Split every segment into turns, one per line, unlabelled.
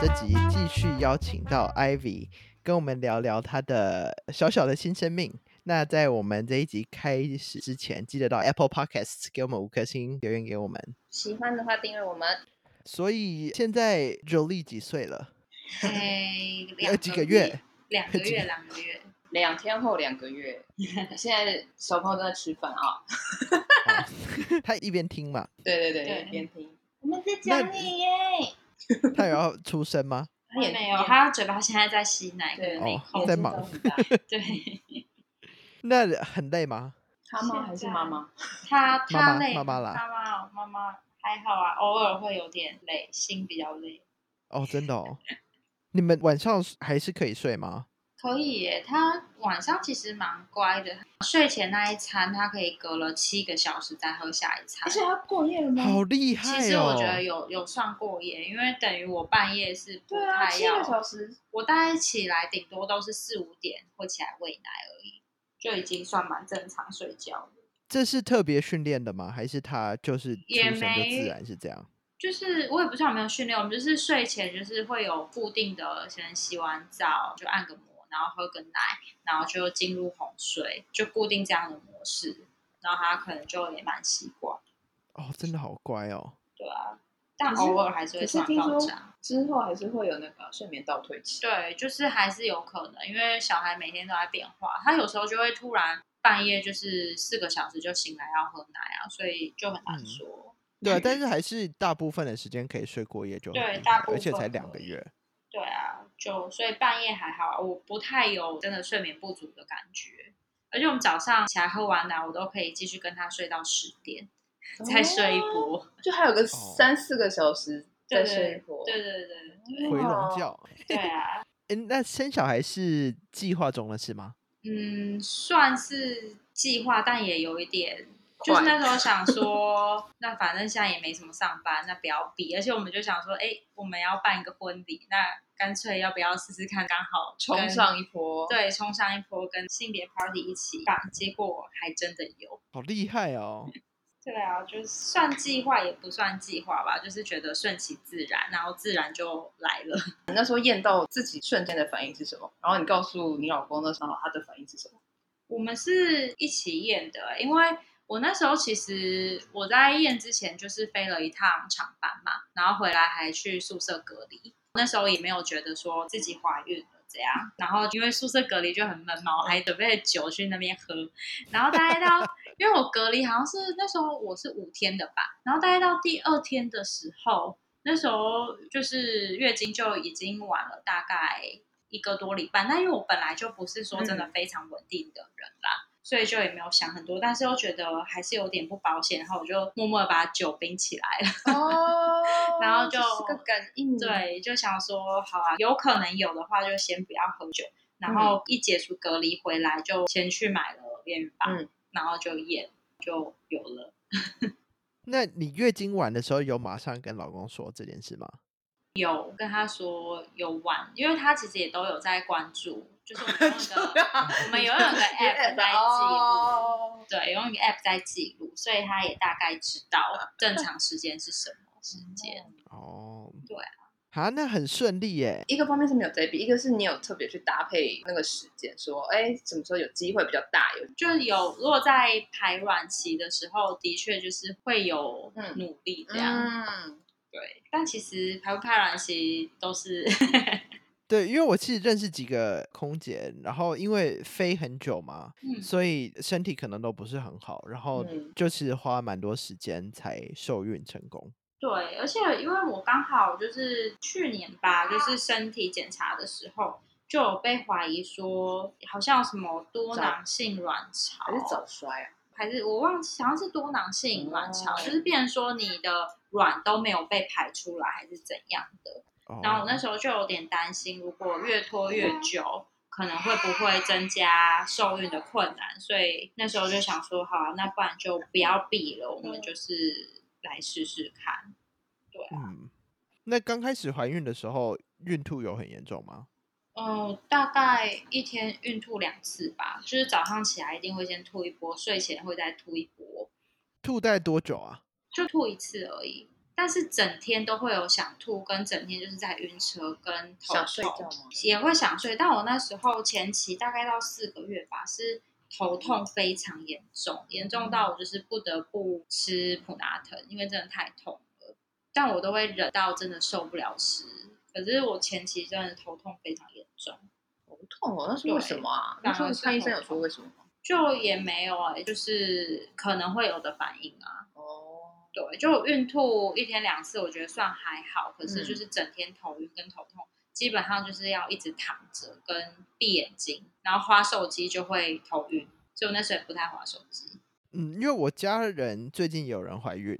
这集继续邀请到 Ivy 跟我们聊聊她的小小的新生命。那在我们这一集开始之前，记得到 Apple Podcast 给我们五颗星留言给我们。
喜欢的话订阅 我们。
所以现在 Jolie 几岁了？
哎，
有
两
几个月？
两个月，两个月。
两天后两个月，现在小朋友都在吃饭啊、
哦她一边听嘛，
对对
对
对，一边听。
我们在讲你耶！
她有要出生吗？
他也没有，他嘴巴现在在吸奶跟内
哦
裤。
在忙
眼睛都很大。
对
那很累吗？
他妈还是妈妈？
他，他
妈妈
累，
妈妈啦
妈妈妈妈还好啊，偶尔会有点累，心比较累。
哦，真的哦。你们晚上还是可以睡吗？
可以耶，他晚上其实蛮乖的。睡前那一餐，他可以隔了七个小时再喝下一
哎
餐。
他过夜了
好厉害
嗯其
哦！
实我觉得有有算过夜，因为等于我半夜是不
对啊，
太
七
要，
个小时。
我大概起来顶多都是四五点会起来喂奶而已，就已经算蛮正常睡觉了。
这是特别训练的吗？还是他就是出
也
生就自
没
然是这样？
就是我也不知道有没有训练，我们就是睡前就是会有固定的，先洗完澡就按个摩，然后喝个奶，然后就进入哄睡，就固定这样的模式，然后他可能就也蛮习惯，
哦，真的好乖哦。
对啊，但
可是
偶尔还是会
可
突
是
然
听
爆
说
炸。
之后还是会有那个睡眠倒退期。
对，就是还是有可能，因为小孩每天都在变化，他有时候就会突然半夜就是四个小时就醒来要喝奶啊，所以就很难
嗯
说。
对啊，但是还是大部分的时间可以睡过夜就很
对
厉
大
害
部
而且才
分
两
可
个
以
月。
对啊，就所以半夜还好，我不太有真的睡眠不足的感觉。而且我们早上起来喝完奶，我都可以继续跟他睡到十点，再睡一
哦，
波。
就还有个三四个小时
对
再
对
睡一波。
对对对对
回笼
哦
觉。
对啊，
诶，那生小孩是计划中的事吗？
嗯，算是计划，但也有一点，就是那时候想 说，那反正现在也没什么上班，那不要比。而且我们就想说，哎、我们要办一个婚礼，那干脆要不要试试看？刚好
冲
跟
上一波。，
对，冲上一波，跟性别 party 一起办。结果还真的有。
好厉害 哦！
对啊，就是算计划也不算计划吧，就是觉得顺其自然，然后自然就来了。
你那时候验到自己瞬间的反应是什么？然后你告诉你老公那时候他的反应是什么？
我们是一起验的，欸因为我那时候其实我在验之前就是飞了一趟长班嘛，然后回来还去宿舍隔离，那时候也没有觉得说自己怀孕了这样，然后因为宿舍隔离就很闷嘛，我还准备了酒去那边喝，然后大概到因为我隔离好像是那时候我是五天的吧，然后大概到第二天的时候，那时候就是月经就已经晚了大概一个多礼拜，那因为我本来就不是说真的非常稳定的人啦，所以就也没有想很多，但是又觉得还是有点不保险，然后我就默默地把酒冰起来了。
哦
然后就
这 是个嗯感应。，
对，就想说好啊，有可能有的话就先不要喝酒，然
嗯
后一解除隔离回来就先去买了验孕棒，
嗯
然后就验就有了。
那你月经晚的时候有马上跟老公说这件事吗？
有跟他说有玩，因为他其实也都有在关注，就是我们用一个我们有用 一个 app 在记录，
哦
对，用一个 app 在记录，所以他也大概知道正常时间是什么时间。
哦，
对
啊，那很顺利耶。
一个方面是没有对比，一个是你有特别去搭配那个时间，说哎什么时候有机会比较大，有
就有如果在排卵期的时候，的确就是会有
嗯
努力这
这
样，
样。
对。但其实排不排卵期都是
对，因为我其实认识几个空姐，然后因为飞很久嘛，
嗯
所以身体可能都不是很好，然后
嗯
就是花蛮多时间才受孕成功。
对，而且因为我刚好就是去年吧，就是身体检查的时候，就有被怀疑说好像有什么多囊性卵巢，
还是早衰啊？
还是我忘记，好像是多囊性卵巢，
哦
就是变成说你的卵都没有被排出来，还是怎样的。
哦，
然后我那时候就有点担心，如果越拖越久，可能会不会增加受孕的困难，所以那时候就想说，好啊、那不然就不要避了，我们就是来试试看。
嗯，那刚开始怀孕的时候，孕吐有很严重吗？
嗯，大概一天孕吐两次吧，就是早上起来一定会先吐一波，睡前会再吐一波，
吐大概多久啊？
就吐一次而已。但是整天都会有想吐，跟整天就是在晕车跟头
想睡
痛
觉吗？
也会想睡。但我那时候前期大概到四个月吧，是头痛非常严重，严重到我就是不得不吃普拿疼，因为真的太痛了。但我都会忍到真的受不了时。可是我前期真的头痛非常严重，
头痛哦，那是为什么啊？
对
那时
当
候
然是
看医生有
头
说
痛
为什么吗？
就也没有啊、就是可能会有的反应啊。
哦，
对，就我孕吐一天两次，我觉得算还好。可是
嗯
就是整天头晕跟头痛，基本上就是要一直躺着跟闭眼睛，然后划手机就会头晕。所以我那时候也不太划手机。
嗯，因为我家人最近有人怀孕，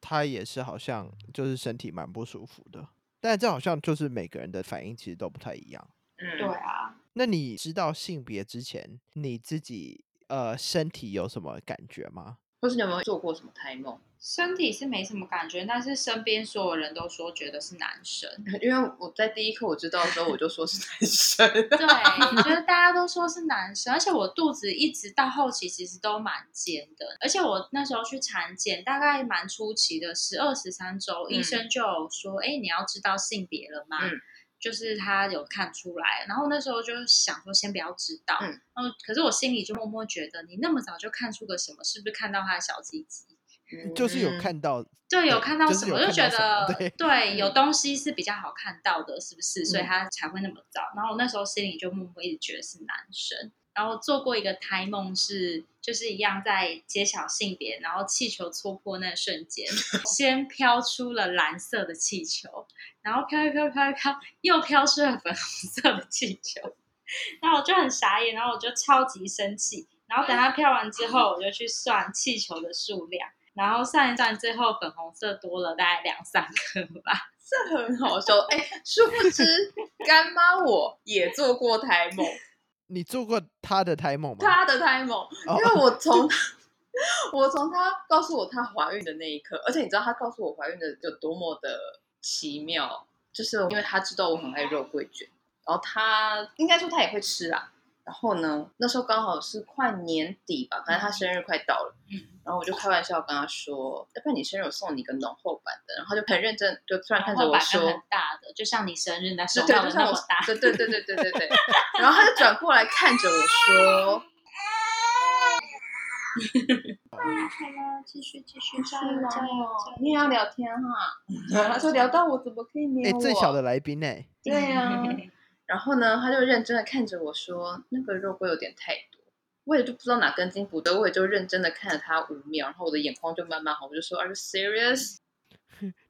她也是好像就是身体蛮不舒服的，但这好像就是每个人的反应其实都不太一样。
嗯，
对啊，
那你知道性别之前，你自己呃身体有什么感觉吗？
或是你有没有做过什么胎梦？
身体是没什么感觉，但是身边所有人都说觉得是男生。
因为我在第一刻我知道的时候，我就说是男生。
对，就是大家都说是男生，而且我肚子一直到后期其实都蛮尖的，而且我那时候去产检，大概蛮初期的十二十三周，
嗯
医生就有说，哎、你要知道性别了吗？
嗯
就是他有看出来，然后那时候就想说先不要知道，
嗯
然后可是我心里就默默觉得，你那么早就看出个什么，是不是看到他的小鸡鸡？
就是有
嗯
看到，
就有
对
看到
就是
什
有
么，就
看
觉
到什么
得
对
有东西是比较好看到的，是不是？所以
嗯
他才会那么早。然后我那时候心里就默默一直觉得是男生。然后做过一个胎梦是，就是一样在揭晓性别，然后气球戳破那瞬间，先飘出了蓝色的气球，然后飘一飘飘一飘，又飘出了粉红色的气球，然后我就很傻眼，然后我就超级生气。然后等它飘完之后，我就去算气球的数量，然后算一算，最后粉红色多了大概两三颗吧。
这很好笑。哎、殊不知干妈我也做过胎梦，
你做过她的胎 梦吗？
她的胎梦，
哦
因为我从 我从她告诉我她怀孕的那一刻，而且你知道她告诉我怀孕的有多么的奇妙，就是因为她知道我很爱肉桂卷，然后她应该说她也会吃啦。然后呢，那时候刚好是快年底吧，反正她生日快到了。
嗯，
然后我就开玩笑跟他说，要不然你生日我送你一个浓厚版的，然后他就很认真，就突然看着
后
我
版跟
说
很，大的，就像你生日那时
对
候闹
对，
得
就像
那
我
么大，
对对对对对对对，然后他就转过来看着我说，
好了，继续继续加
是吗你也要聊天哈，他说聊到我怎么可以没
哎、
有我？
最小的来宾哎、
对呀、
啊
然后呢，他就认真的看着我说，那个肉桂有点太多。我也就不知道哪根筋不对，我也就认真的看了他五秒，然后我的眼眶就慢慢红，我就说 Are you serious？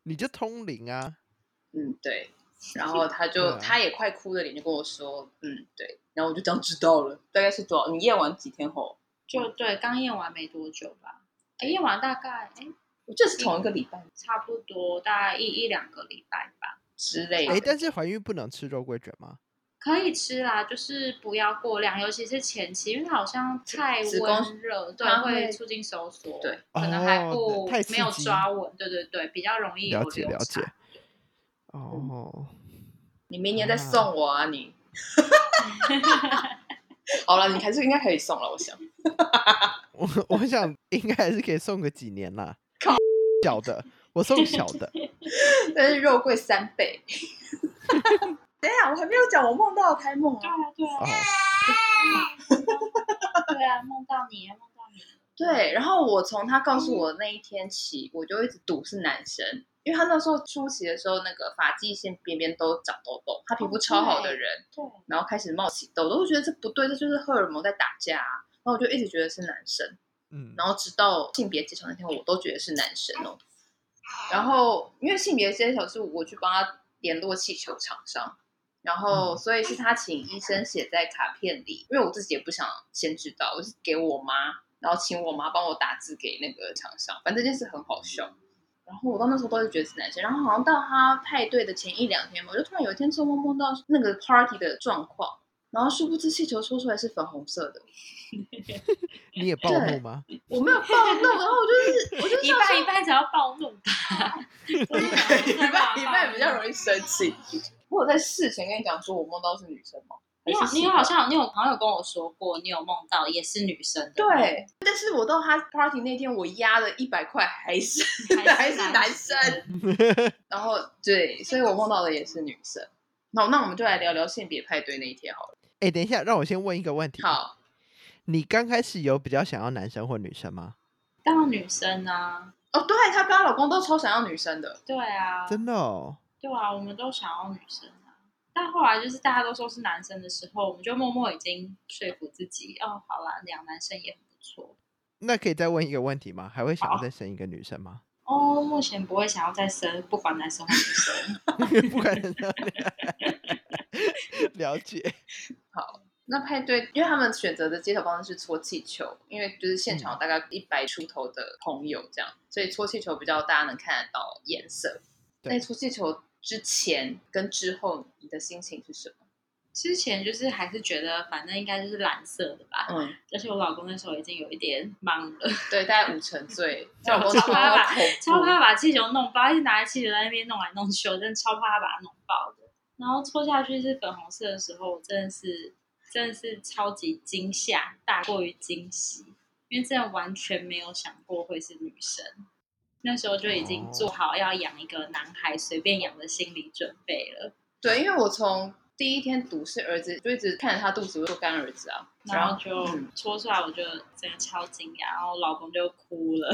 你就通灵啊！
嗯，对。然后他就、
对啊
他也快哭的脸就跟我说，嗯，对。然后我就这样知道了，大概是多少？你验完几天后？
就对，刚验完没多久吧，哎验完大概哎
我这是同一个礼拜
差不多大概一一两个礼拜吧，
之类
哎、
的。
但是怀孕不能吃肉桂卷吗？
可以吃啦，就是不要过量，尤其是前期，因为好像太
子宫
温热，对
它，会
会促进收缩，
对，
可能还
哦
不
太刺
没有
激
抓稳，对对对，比较容易有
了解
流
了解
产。
嗯
哦，
你明年再送我啊，你。
啊
好了，你还是应该可以送了，我想。
我我想应该还是可以送个几年 啦。小的，我送小的。
但是肉桂三倍。 等一下，我还没有讲我梦到的胎梦
对
啊。
啊，对啊
哦，
对啊，梦到你，梦到你。
对，然后我从他告诉我那一天起，我就一直赌是男生，因为他那时候初期的时候，那个发际线边边都长痘痘，他皮肤超好的人，
对，
然后开始冒起痘痘，我觉得这不对，这就是荷尔蒙在打架、啊。然后我就一直觉得是男生，
嗯，
然后直到性别揭晓那天，我都觉得是男生哦。然后因为性别揭晓是我去帮他联络气球厂商，然后
嗯
所以是他请医生写在卡片里，因为我自己也不想先知道，我是给我妈，然后请我妈帮我打字给那个厂商，反正这件事很好笑。然后我到那时候都会觉得是男生，然后好像到他派对的前一两天吧，我就突然有一天做梦梦到那个 party 的状况，然后殊不知气球抽出来是粉红色的，
你也暴怒吗？
我没有暴怒，然后我就是我就
一半一半只要暴怒吧，
一半一半比较容易生气。我有在事前跟你讲说我梦到是女生吗？
你
还
好，
是
你
喜
好
欢
像你有朋友跟我说过，你有梦到也是女生的，，
对，但是我到他 party 那天，我压了一百块，还是
还
还
是
是
男
男生。
生
然后对，所以我梦到的也是女生。那那我们就来聊聊性别派对那一天好了。
哎，等一下，让我先问一个问题。，
好，
你刚开始有比较想要男生或女生吗？
当然女生啊，
哦，对，她跟她老公都超想要女生的，
对啊，
真的哦，
对啊，我们都想要女生啊。但后来就是大家都说是男生的时候，我们就默默已经说服自己，哦，好啦，两男生也很不错。
那可以再问一个问题吗？还会想要
好
再生一个女生 吗？
哦，目前不会想要再生，不管男生或女生。
不管怎么样 了解，
那派对，因为他们选择的接头方式是搓气球，因为就是现场有大概一百出头的朋友这样，所以搓气球比较大家能看得到颜色。
对
那搓气球之前跟之后，你的心情是什么？
之前就是还是觉得，反正应该就是蓝色的吧。
嗯，
而且我老公那时候已经有一点忙了，
对，大概五成醉，
对
老公
我
超
超怕
恐
超
怖
怕把气球弄爆，一直拿着气球在那边弄来弄去，我真的超怕他把它弄爆的。然后搓下去是粉红色的时候，我真的是真的是超级惊吓，大过于惊喜，因为真的完全没有想过会是女生。那时候就已
哦
经做好要养一个男孩随便养的心理准备了。
对，因为我从第一天赌是儿子，就一直看着他肚子，我就说干儿子啊，
然
然
后
后
就
嗯
搓出来，我就真的超惊讶，然后我老公就哭了，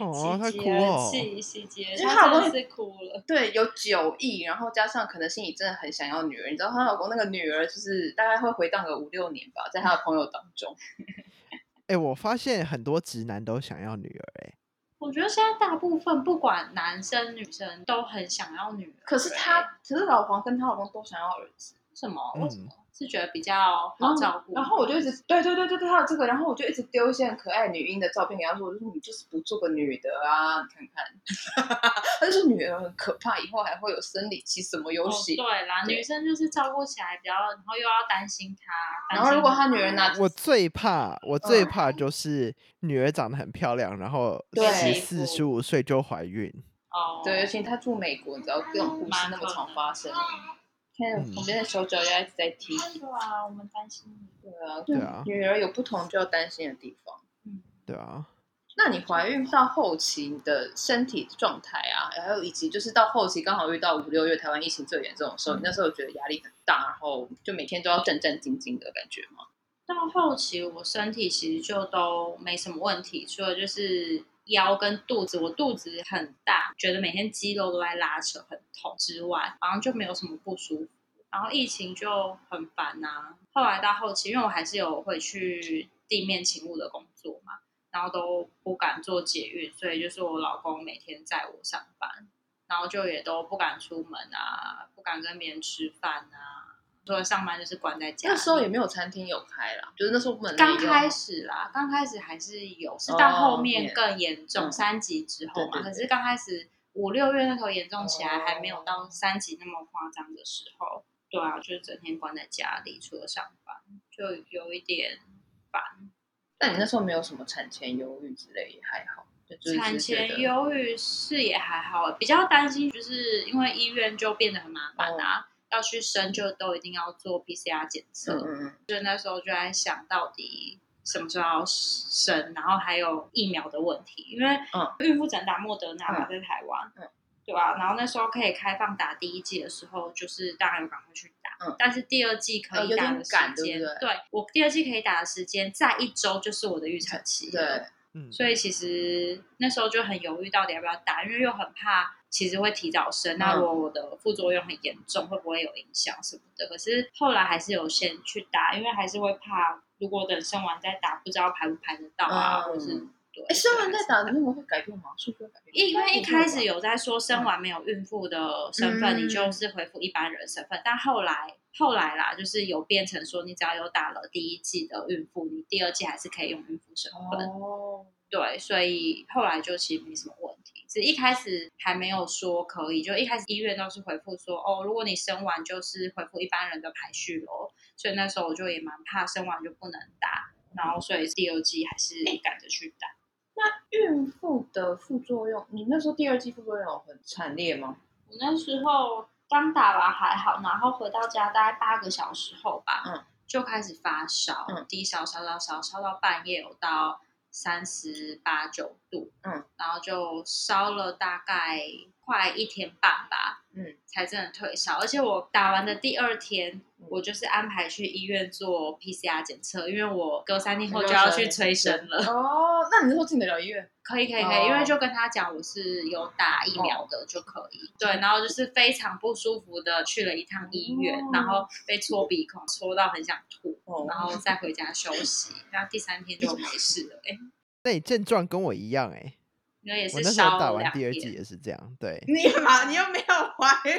哦，他
喜
哭
极而
哦，
泣，喜极而
因
泣，
为她
他
老
真
公
的是哭了。
对有九亿，然后加上可能心里真的很想要女儿，你知道她老公那个女儿就是大概会回荡个五六年吧，在她的朋友当中，
哎、我发现很多直男都想要女儿、哎，
我觉得现在大部分不管男生女生都很想要女儿，
可是她可是老黄跟她老公都想要儿子，
为什么？
嗯
为什么？是觉得比较
哦
好照顾
然后我就一
嗯
直对对对对对，她有这个，然后我就一直丢一些很可爱女婴的照片给她说，我就说你就是不做个女的啊，你看看， 她就说女儿很可怕，以后还会有生理期什么有
哦
喜。
对啦，
对
女生就是照顾起来比较，然后又要担心她，
然后如果她女儿
啊
拿
我最怕，我最
嗯
怕就是女儿长得很漂亮，然后
对
十四、十五岁就怀孕。
哦，
对，尤其他住美国，你知道这种故事那么常发生。
嗯
现在旁边的小脚丫一直在踢。
对啊，我们担心你，
对啊，
对啊
女儿有不同就要担心的地方。
嗯，
对啊，
那你怀孕到后期，你的身体状态啊，还有以及就是到后期刚好遇到五六月台湾疫情最严重的时候，
嗯
你那时候有觉得压力很大，然后就每天都要战战兢兢的感觉吗？
到后期我身体其实就都没什么问题，除了就是腰跟肚子，我肚子很大，觉得每天肌肉都在拉扯，很痛之外，好像就没有什么不舒服。然后疫情就很烦呐、后来到后期，因为我还是有回去地面勤务的工作嘛，然后都不敢做捷运，所以就是我老公每天载我上班，然后就也都不敢出门啊，不敢跟别人吃饭啊，除了上班就是关在家里。
那时候也没有餐厅有开啦，就是那时候不能
刚
内用哦
开始啦，刚开始还是有，是到后面更严重，
嗯
三级之后嘛。
对对对
可是刚开始五六月那时候严重起来，
哦
还没有到三级那么夸张的时候。对啊，就是整天关在家里，除了上班，就有一点
但你那时候没有什么产前忧郁之类，也还好。就就是
产
觉得
前忧郁是也还好，比较担心就是因为医院就变得很麻烦
哦
啊，要去生就都一定要做 PCR 检测，
嗯嗯嗯，
就那时候就在想到底什么时候要生，然后还有疫苗的问题，因为
嗯
孕妇只能打莫德纳嘛，
嗯
在台湾，
嗯
对吧、然后那时候可以开放打第一剂的时候，就是当然有赶快去打，
嗯
但是第二剂可
呃
以
有
打
点
的时
赶对
间，
不对
我第二剂可以打的时间在一周就是我的预产期，
对，
嗯，
所以其实那时候就很犹豫，到底要不要打，因为又很怕其实会提早生，那
嗯
如果我的副作用很严重，会不会有影响什么的？可是后来还是有先去打，因为还是会怕，如果等生完再打，不知道排不排得到啊，
嗯
或是对。
哎，生完再打，
对
那个会改变吗？数据会改变吗？
因为一
应该不会
开
吧
始有在说生完没有孕妇的身份，
嗯
你就是恢复一般人身份，但后来后来啦，就是有变成说，你只要有打了第一季的孕妇，你第二季还是可以用孕妇身份。
哦，
对，所以后来就其实没什么问题，只是一开始还没有说可以，就一开始医院都是回复说，哦，如果你生完就是恢复一般人的排序哦，所以那时候我就也蛮怕生完就不能打，然后所以第二季还是赶着去打。
孕妇的副作用，你那时候第二季副作用很惨烈吗？
我那时候刚打完还好，然后回到家大概八个小时后吧，
嗯，
就开始发烧，
嗯
低烧烧烧烧烧到半夜有到三十八九度，
嗯，
然后就烧了大概快一天半吧，
嗯，
才真的退烧。而且我打完的第二天
嗯，
我就是安排去医院做 PCR 检测，因为我隔三天后
有
就
没有
要
觉得
去
你
催生了。
哦，那你是说进得了医院？
可以可以可以，因
哦
为就跟他讲我是有打疫苗的就可以。对，
哦
然后就是非常不舒服的去了一趟医院，
哦
然后被戳鼻孔，戳到很想吐，
哦
然后再回家休息。然后第三天就没事了，哎、
那你症状跟我一样哎、
因为也
我
是
那时候
烧
打
了
完
两
第二季
天。
也是这样，对，
你嘛，你又没有怀孕，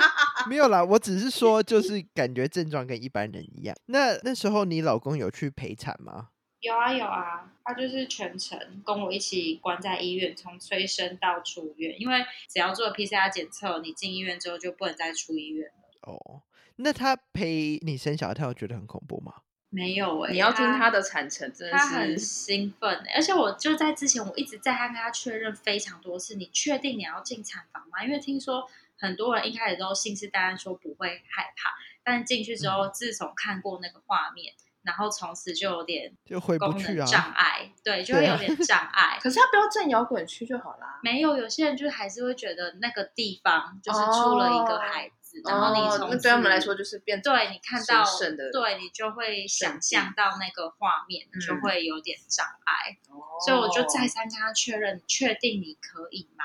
啊
没有啦，我只 是说就是感觉症状跟一般人一样。那那时候你老公有去陪产吗？
有啊有啊，他就是全程跟我一起关在医院，从催生到出院，因为只要做 PCR 检测，你进医院之后就不能再出医院了。
哦，那他陪你生小孩，他有觉得很恐怖吗？
没有哎、
你要听他的产程，真的
他很
是
兴奋欸、而且我就在之前，我一直在他跟他确认非常多次，你确定你要进产房吗？因为听说很多人一开始都信誓旦旦说不会害怕，但进去之
嗯
后，自从看过那个画面，然后从此就有点
就回不
功
去啊。
能障碍，对，就会
对啊
有点障碍。
可是他不要站摇滚区就好啦。
没有，有些人就是还是会觉得那个地方就是出了一个孩子，然后你
哦
从
那
此
对他们来说就是变
对你看到
神圣的
对你就会想
神迹
象到那个画面，你就
嗯
会有点障碍。
哦
所以我就再三跟他确认，确定你可以吗？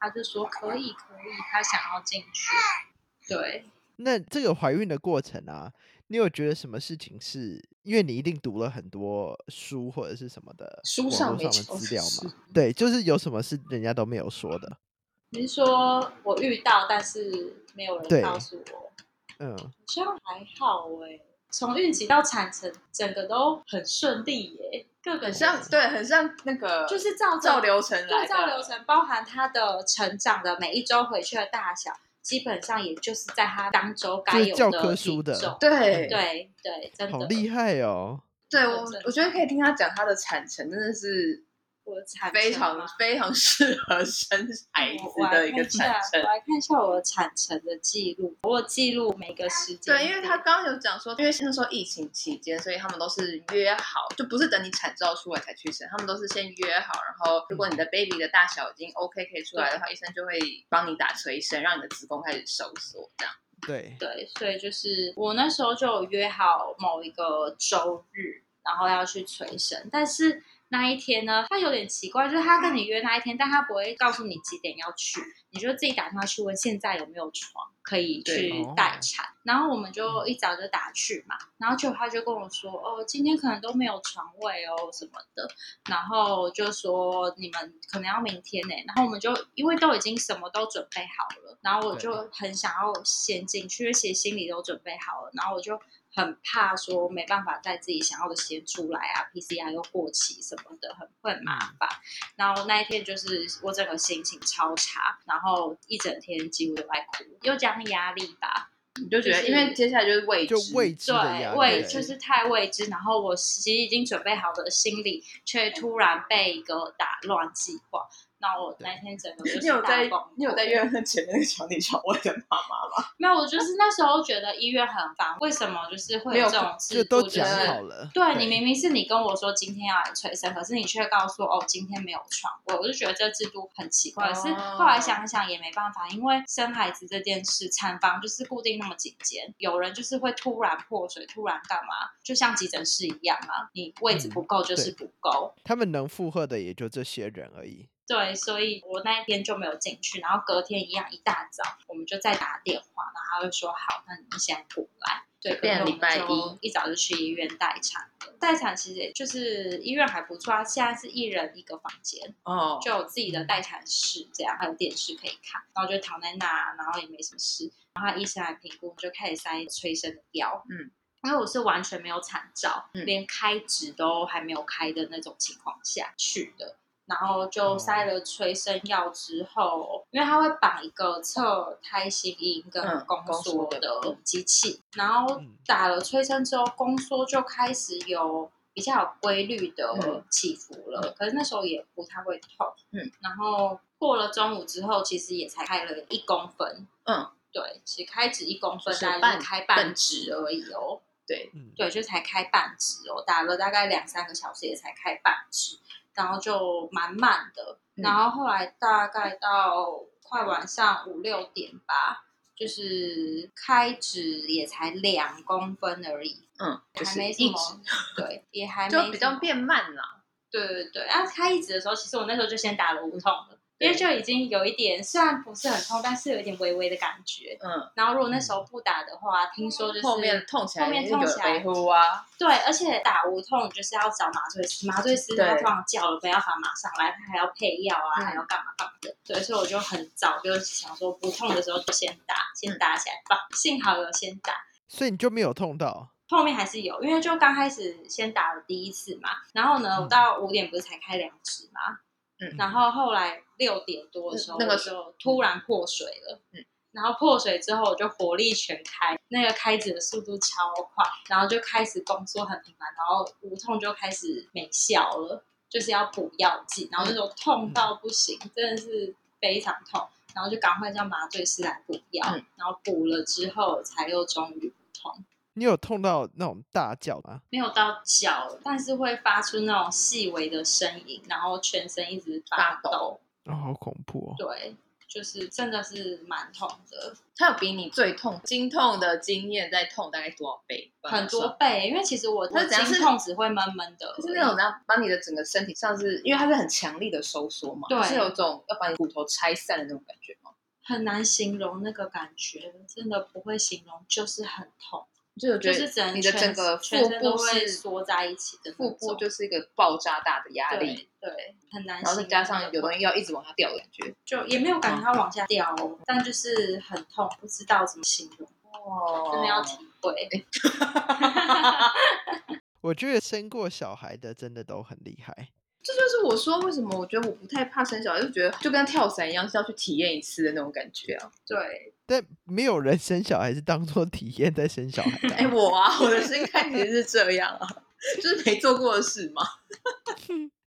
他就说可以，可以，他想要进去。对，
那这个怀孕的过程啊，你有觉得什么事情是因为你一定读了很多书或者是什么的
书
网
上
络上
没
的
教
资料
是
吗？对，就是有什么是人家都没有说的。
你是说我遇到，但是没有
对
人告诉我，
嗯，
好像还好哎、从孕期到产程，整个都很顺利耶、各个
很像，对，很像那个
就是照
照
着
流程来
对，
的，
照流程包含他的成长的每一周回去的大小，基本上也就是在他当周该
就是
有
教科
的
书
体
的
重。
对
对对，真的
好厉害哦。
对我
对
我觉得可以听他讲他的产程，真的是
我产
非
程啊
常
吗哦
非常适合生孩子
我
的一个
我
产
来看一下
程
啊我。来看一下我的产程的记录，我有记录每个时间。
对，因为他刚刚有讲说，因为那时候疫情期间，所以他们都是约好，就不是等你产兆出来才去生，他们都是先约好，然后如果你的 baby 的大小已经 OK 可以出来的话，医生就会帮你打催生，让你的子宫开始收缩，这样。
对，
对，所以就是我那时候就有约好某一个周日，然后要去催生，但是那一天呢，他有点奇怪，就是他跟你约那一天，但他不会告诉你几点要去，你就自己打电话去问现在有没有床可以
对
去
哦
待产。然后我们就一早就打去嘛，然后结果他就跟我说，哦，今天可能都没有床位哦什么的，然后就说你们可能要明天呢、然后我们就因为都已经什么都准备好了，然后我就很想要先进去，因为其实心里都准备好了，然后我就很怕说没办法在自己想要的时间出来啊，PCR 又过期什么的，很会麻
嗯
烦。然后那一天就是我整个心情超差，然后一整天几乎都在哭，又加上压力吧，
你就觉得，
就是
因为接下来就是未知，
就未知的压
对，
力，
未就是太未知，然后我其实已经准备好的心理，却突然被一个打乱计划。那我那天整个就是
你有
大
在
崩溃
你有在约那前面那个小女小我的妈妈吗？
没有？我就是那时候觉得医院很烦，为什么就是会
没有
这种制
就
度？
都
就
讲
是
好了。
对你明明是你跟我说今天要来催生，可是你却告诉我哦今天没有床位，我就觉得这制度很奇怪。
哦
可是后来想一想也没办法，因为生孩子这件事，产房就是固定那么几间，有人就是会突然破水，突然干嘛，就像急诊室一样啊，你位
嗯
置不够就是不够。
他们能负荷的也就这些人而已。
对，所以我那一天就没有进去，然后隔天一样一大早，我们就再打电话，然后他就说好，那你们现在过来。对，
变
可是我们
礼拜一
就一早就去医院待产了。待产其实也就是医院还不错，啊，现在是一人一个房间，
哦，
就有自己的待产室，这样还有电视可以看，然后就躺在那，然后也没什么事。然后他医生来评估，就开始塞催生的药。
嗯，
因为我是完全没有产兆，
嗯
连开指都还没有开的那种情况下去的。然后就塞了催生药之后，因为它会绑一个测胎心音
嗯
跟宫
宫缩
缩
的
的
嗯
机器，然后
嗯
打了催生之后，宫缩就开始有比较有规律
嗯
的起伏了，可是那时候也不太会痛，
嗯，
然后过了中午之后，其实也才开了一公分，
嗯，
对，其实开指一公分
就是
大概
半
就是开
半
半
指
指而已哦。
对，
嗯，
对，就才开半指哦，打了大概两三个小时也才开半指，然后就蛮慢的。
嗯
然后后来大概到快晚上五六点吧，就是开指也才两公分而已，
嗯，就
还
是
没什
一
么
直，
对，也还没
就比
什
较
么
变慢啦。
对对对，啊，开一指的时候，其实我那时候就先打了无痛了，因
对
为就已经有一点，虽然不是很痛，但是有一点微微的感觉。
嗯，
然后如果那时候不打的话，听说就是
后面痛起来
后面
也有
痛起来
维护啊，
对，而且打无痛就是要找麻醉师，麻醉师
对
他突然叫了没办法马上来，他还要配药啊，
嗯
还要干嘛干嘛的。对，所以我就很早就想说不痛的时候就先打，先打起来吧。幸好有先打，
所以你就没有痛到，
后面还是有，因为就刚开始先打了第一次嘛，然后呢，
嗯
我到五点不是才开两指嘛，
嗯
然后后来六点多的时候，
那个
我就突然破水了，
嗯
然后破水之后我就火力全开，那个开指的速度超快，然后就开始宫缩很频繁，然后无痛就开始没效了，就是要补药剂，然后那时候痛到不行，真的是非常痛，然后就赶快叫麻醉师来补药，
嗯
然后补了之后才又终于不痛。
你有痛到那种大叫吗？
没有到脚，但是会发出那种细微的声音，然后全身一直
发
发
抖。
哦，好恐怖哦！
对，就是真的是蛮痛的，
它有比你最痛经痛的经验在痛大概多少倍？
很多。倍。因为其实我
那
我
怎样是
经痛只会闷闷的，
就是那种让把你的整个身体像是，因为它是很强力的收缩嘛，
对
是有种要把你骨头拆散的那种感觉嘛，
很难形容那个感觉，真的不会形容，就是很痛，
就我觉
就
得
是整
你的
全
整个
全
腹
身
部
都会
是
缩在一起的那
腹部
种
就是一个爆炸大的压力，
对对，很难
然
形
后
容
再
的痛。
加上有东西要嗯一直往下掉的感觉。
就也没有感觉它往下掉哦，但就是很痛，不知道怎么形容，
哦
真的要体会。
我觉得生过小孩的真的都很厉害，
这就是我说为什么我觉得我不太怕生小孩，就觉得就跟跳伞一样是要去体验一次的那种感觉啊。
对，
但没有人生小孩是当做体验在生小孩的
哎、
啊、
我啊，我的心态其实是这样 啊，就是没做过的事嘛。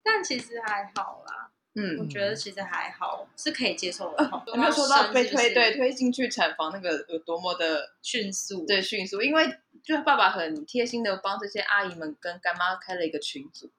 但其实还好啦，我
嗯，呃
觉得其实还好，是可以接受的痛。
有没有说到被推对
对
推进去产房那个有多么的
迅速，
对迅速？因为就是爸爸很贴心的帮这些阿姨们跟干妈开了一个群组。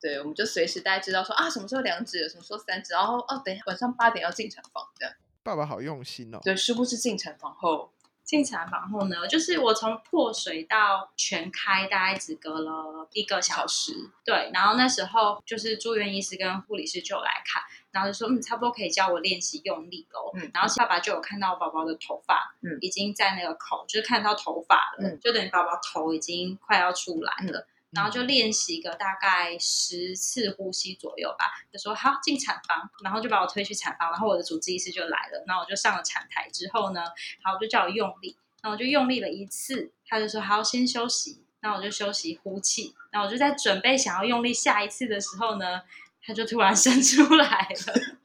对，我们就随时大家知道说啊，什么时候两指，什么时候三指，然后哦，等一下晚上八点要进产房，这样。
爸爸好用心哦。
对，殊不知进产房后，
进产房后呢，就是我从破水到全开，大概只隔了一个小时。对，然后那时候就是住院医师跟护理师就来看，然后就说嗯，差不多可以教我练习用力哦。
嗯
然后爸爸就有看到宝宝的头发，
嗯
已经在那个口，就是看到头发了，
嗯
就等于宝宝头已经快要出来了。然后
嗯
就练习个大概十次呼吸左右吧，就说好进产房，然后就把我推去产房，然后我的主治医师就来了，然后我就上了产台之后呢，好就叫我用力，然后我就用力了一次，他就说好先休息，那我就休息呼气，然后我就在准备想要用力下一次的时候呢，他就突然伸出来了。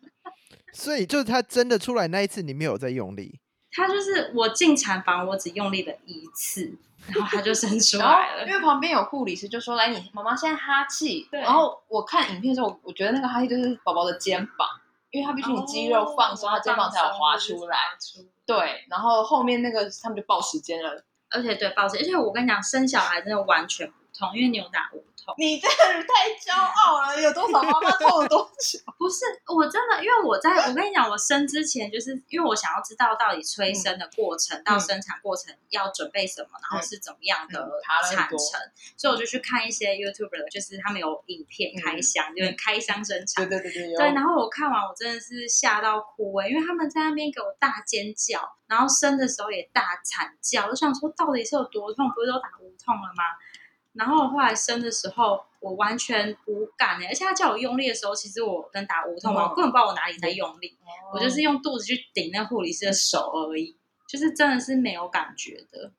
所以就是他真的出来那一次，你没有在用力，
他就是我进产房，我只用力了一次，然后他就伸出
然
来
后
了
因。为旁边有护理师就说来，你妈妈现在哈气，
对
然后我看影片的时候，我我觉得那个哈气就是宝宝的肩膀，因为他必须你肌肉放松，
哦
他肩膀才有滑出来。
出来。
对，然后后面那个他们就报时间了。
而且对，抱歉，而且我跟你讲，生小孩真的完全不痛，因为扭打无痛。
你这人太骄傲了，有多少妈妈痛了多久？
不是，我真的，因为我在我跟你讲，我生之前就是因为我想要知道到底催生的过程、到生产过程要准备什么，然后是怎么样的
嗯爬了很
产
多
程，所以我就去看一些 YouTube，就是他们有影片
嗯
开箱，就是开箱生产
对。对对对，有
对，然后我看完我真的是吓到哭哎、因为他们在那边给我大尖叫，然后生的时候也大惨叫，我想说到底是有多痛，不是都打无痛了吗？然后我后来生的时候，我完全无感哎、而且他叫我用力的时候，其实我跟打无痛嘛，
嗯
我根本不知道我哪里在用力，
哦
我就是用肚子去顶那护理师的手而已，就是真的是没有感觉 的。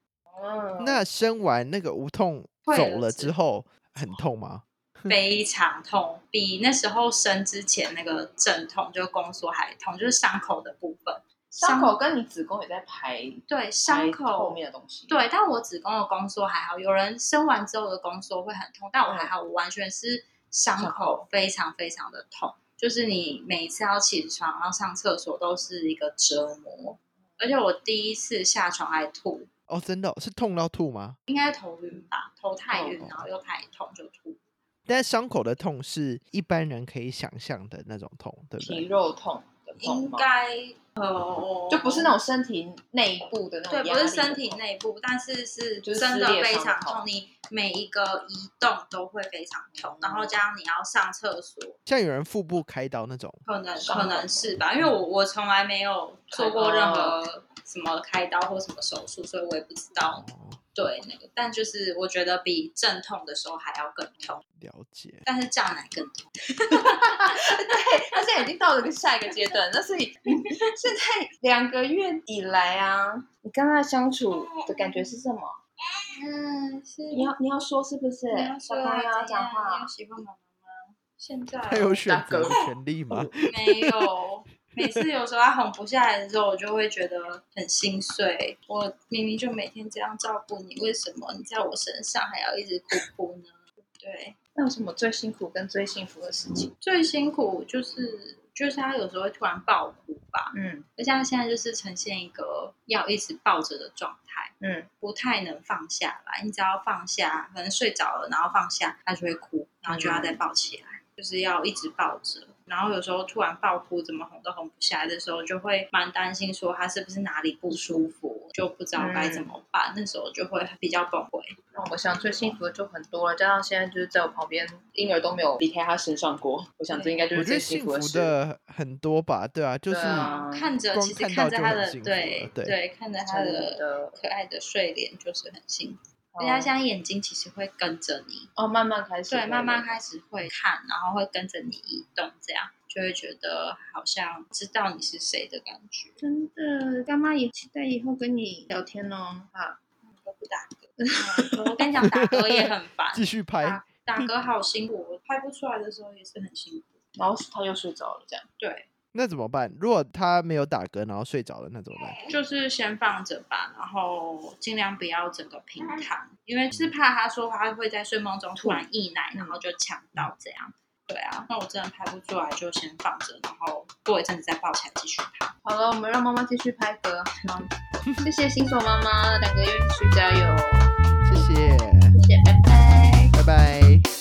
嗯
那生完那个无痛
会
走
了
了
之
之后很痛吗？
非常痛，比那时候生之前那个阵痛，就是宫缩还痛，就是伤口的部分。
伤口跟你子宫也在排
对，
排
伤口
后面的东西。
对，但我子宫的宫缩还好，有人生完之后的宫缩会很痛，但我还好，我完全是伤
嗯伤
口非常非常的痛，就是你每一次要起床然后上厕所都是一个折磨。而且我第一次下床还吐，
哦，真的哦、是痛到吐吗？
应该头晕吧，头太晕
哦，
然后又太痛就吐。
但伤口的痛是一般人可以想象的那种痛，对不
皮
对？
肉痛的痛
应
吗？哦
该呃，
就不是那种身体内部的那种
对，
压力的痛，
不是身体内部，但是是
就是
真的
撕裂
非
伤
常
口
痛，你每一个移动都会非常痛，
哦
然后加上你要上厕所，
像有人腹部开刀那种，
可能
伤
可
口
能是吧，因为我我从来没有做过任何什么开刀或什么手术，所以我也不知道
哦，
对那个，但就是我觉得比阵痛的时候还要更痛，
了解。
但是胀奶更痛，
他现在已经到了个下一个阶段，那所 以现在两个月以来啊，你跟他相处的感觉是什么？
嗯，是
你要你要说啊是不是？小朋友要讲话，哦
喜欢妈妈吗？现在
他有选
大
择
哥
的权利吗？
没有。每次有时候他哄不下来的时候，我就会觉得很心碎。我明明就每天这样照顾你，为什么你在我身上还要一直哭哭呢？对，
那有什么最辛苦跟最幸福的事情？
最辛苦就是就是他有时候会突然爆哭吧，
嗯
而且他现在就是呈现一个要一直抱着的状态，
嗯，
不太能放下来。你只要放下，可能睡着了，然后放下，他就会哭，然后就要再
嗯
抱起来，就是要一直抱着。然后有时候突然爆哭，怎么哄都哄不下来的时候，就会蛮担心，说他是不是哪里不舒服，就不知道该怎么办。那时候就会比较崩溃。
那我想最幸福的就很多了，加上现在就是在我旁边，婴儿都没有离开他身上过，我想这应该就
我
是
觉得
最
幸
幸
福
的事。
的很多吧，对啊，就是
对啊嗯
看着
光
其实
看到
看着
就
他
很
的
幸福
对
了对，
看着他
真
的
的，
可爱的睡脸，就是很幸福。而且他现在眼睛其实会跟着你，
哦，慢慢开始，
对，慢慢开始会看，然后会跟着你移动，这样就会觉得好像知道你是谁的感觉。
真的，干妈也期待以后跟你聊天哦。好，
都不打 嗝，嗯我跟你讲，打嗝也很烦
继续拍
打。打嗝好辛苦，我拍不出来的时候也是很辛苦。
然后他又睡着了，这样。
对，
那怎么办？如果他没有打嗝，然后睡着了，那怎么办？
就是先放着吧，然后尽量不要整个平躺，因为是怕他说他会在睡梦中突然溢奶，然后就呛到这样。对啊，那我真的拍不出来，就先放着，然后过一阵子再抱起来继续拍。
好了，我们让妈妈继续拍嗝，好吗？谢谢新手妈妈，两个月继续加油，
谢谢，
谢谢，拜拜。
拜拜。